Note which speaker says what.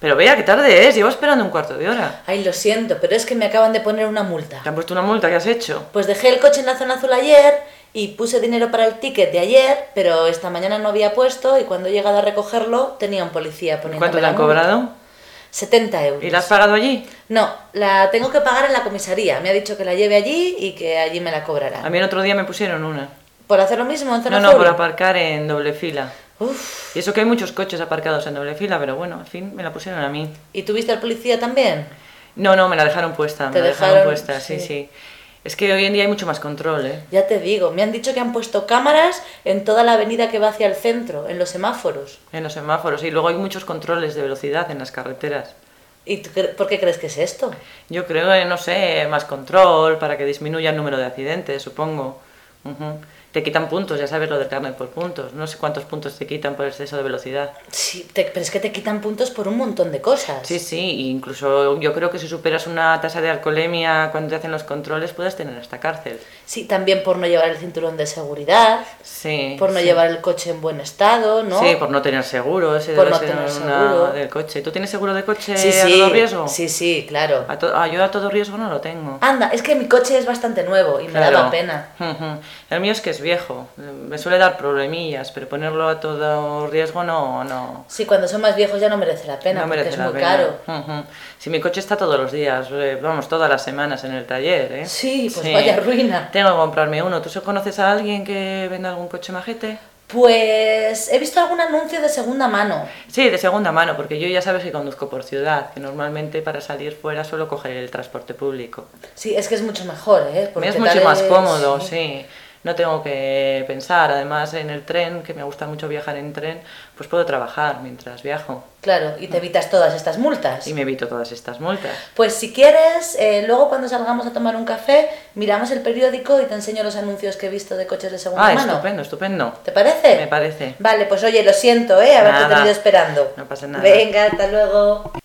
Speaker 1: Pero vea qué tarde es, llevo esperando un cuarto de hora.
Speaker 2: Ay, lo siento, pero es que me acaban de poner una multa.
Speaker 1: Te han puesto una multa, ¿qué has hecho?
Speaker 2: Pues dejé el coche en la zona azul ayer y puse dinero para el ticket de ayer, pero esta mañana no había puesto y cuando he llegado a recogerlo tenía un policía poniendo.
Speaker 1: ¿Cuánto te han cobrado?
Speaker 2: 70 euros.
Speaker 1: ¿Y la has pagado allí?
Speaker 2: No, la tengo que pagar en la comisaría. Me ha dicho que la lleve allí y que allí me la
Speaker 1: A
Speaker 2: cobrarán.
Speaker 1: mí el otro día me pusieron una.
Speaker 2: ¿Por hacer lo mismo en
Speaker 1: No,
Speaker 2: zona
Speaker 1: no,
Speaker 2: azul?
Speaker 1: por aparcar en doble fila.
Speaker 2: Uf,
Speaker 1: Y eso que hay muchos coches aparcados en doble fila, pero bueno, al fin me la pusieron a mí.
Speaker 2: ¿y tuviste al policía también?
Speaker 1: No, no, me la dejaron puesta,
Speaker 2: Te
Speaker 1: me la dejaron,
Speaker 2: dejaron,
Speaker 1: puesta, sí.
Speaker 2: sí.
Speaker 1: sí, Es que hoy en día hay mucho más control, ¿eh?
Speaker 2: Ya te digo, me han dicho que han puesto cámaras en toda la avenida que va hacia el centro, en los semáforos.
Speaker 1: En los semáforos. Y luego hay muchos controles de velocidad en las carreteras.
Speaker 2: ¿Y tú cre- por qué crees que es esto?
Speaker 1: Yo creo, eh, no sé, más control para que disminuya el número de accidentes, supongo. Ujú. Te quitan puntos, ya sabes lo del carnet por puntos. No sé cuántos puntos te quitan por exceso de velocidad.
Speaker 2: Sí, te- pero es que te quitan puntos por un montón de cosas.
Speaker 1: Sí, sí, e incluso yo creo que si superas una tasa de alcoholemia cuando te hacen los controles puedes tener hasta cárcel.
Speaker 2: Sí, también por no llevar el cinturón de seguridad,
Speaker 1: Sí.
Speaker 2: por no
Speaker 1: sí.
Speaker 2: llevar el coche en buen estado, ¿no?
Speaker 1: Sí, por no tener seguro, ese
Speaker 2: Por
Speaker 1: debe
Speaker 2: no
Speaker 1: ser
Speaker 2: tener
Speaker 1: una
Speaker 2: seguro.
Speaker 1: del coche. ¿Tú tienes seguro de coche
Speaker 2: sí,
Speaker 1: a
Speaker 2: sí,
Speaker 1: todo riesgo?
Speaker 2: sí, sí, claro.
Speaker 1: A to- ah, yo a todo riesgo no lo tengo.
Speaker 2: Anda, es que mi coche es bastante nuevo y me
Speaker 1: Claro.
Speaker 2: daba pena.
Speaker 1: Ujú. El mío es que es viejo, eh, me suele dar problemillas, pero ponerlo a todo riesgo no, no.
Speaker 2: Sí, cuando son más viejos ya no merece la pena,
Speaker 1: no
Speaker 2: porque
Speaker 1: merece
Speaker 2: es
Speaker 1: la
Speaker 2: muy
Speaker 1: pena.
Speaker 2: caro.
Speaker 1: Ujú. Si mi coche está todos los días, eh, vamos, todas las semanas en el taller, ¿eh?
Speaker 2: Sí, pues vaya ruina.
Speaker 1: Tengo que comprarme uno. ¿Tú se- conoces a alguien que venda algún coche majete?
Speaker 2: Pues he visto algún anuncio de segunda mano.
Speaker 1: Sí, de segunda mano, porque yo ya sabes que conduzco por ciudad, que normalmente para salir fuera suelo coger el transporte público.
Speaker 2: Sí, es que es mucho mejor, ¿eh?
Speaker 1: Me
Speaker 2: Porque
Speaker 1: es mucho
Speaker 2: tal
Speaker 1: más
Speaker 2: es-
Speaker 1: cómodo, sí. No tengo que pensar. Además, en el tren, que me gusta mucho viajar en tren, pues puedo trabajar mientras viajo
Speaker 2: Claro, y te evitas todas estas multas.
Speaker 1: y me evito todas estas multas.
Speaker 2: Pues si quieres, eh, luego cuando salgamos a tomar un café, miramos el periódico y te enseño los anuncios que he visto de coches de segunda
Speaker 1: Ah,
Speaker 2: mano.
Speaker 1: estupendo, estupendo.
Speaker 2: ¿Te parece?
Speaker 1: Me parece.
Speaker 2: Vale, pues oye, lo siento, ¿eh? Haberte
Speaker 1: Nada.
Speaker 2: tenido esperando.
Speaker 1: No pasa nada.
Speaker 2: Venga, hasta luego.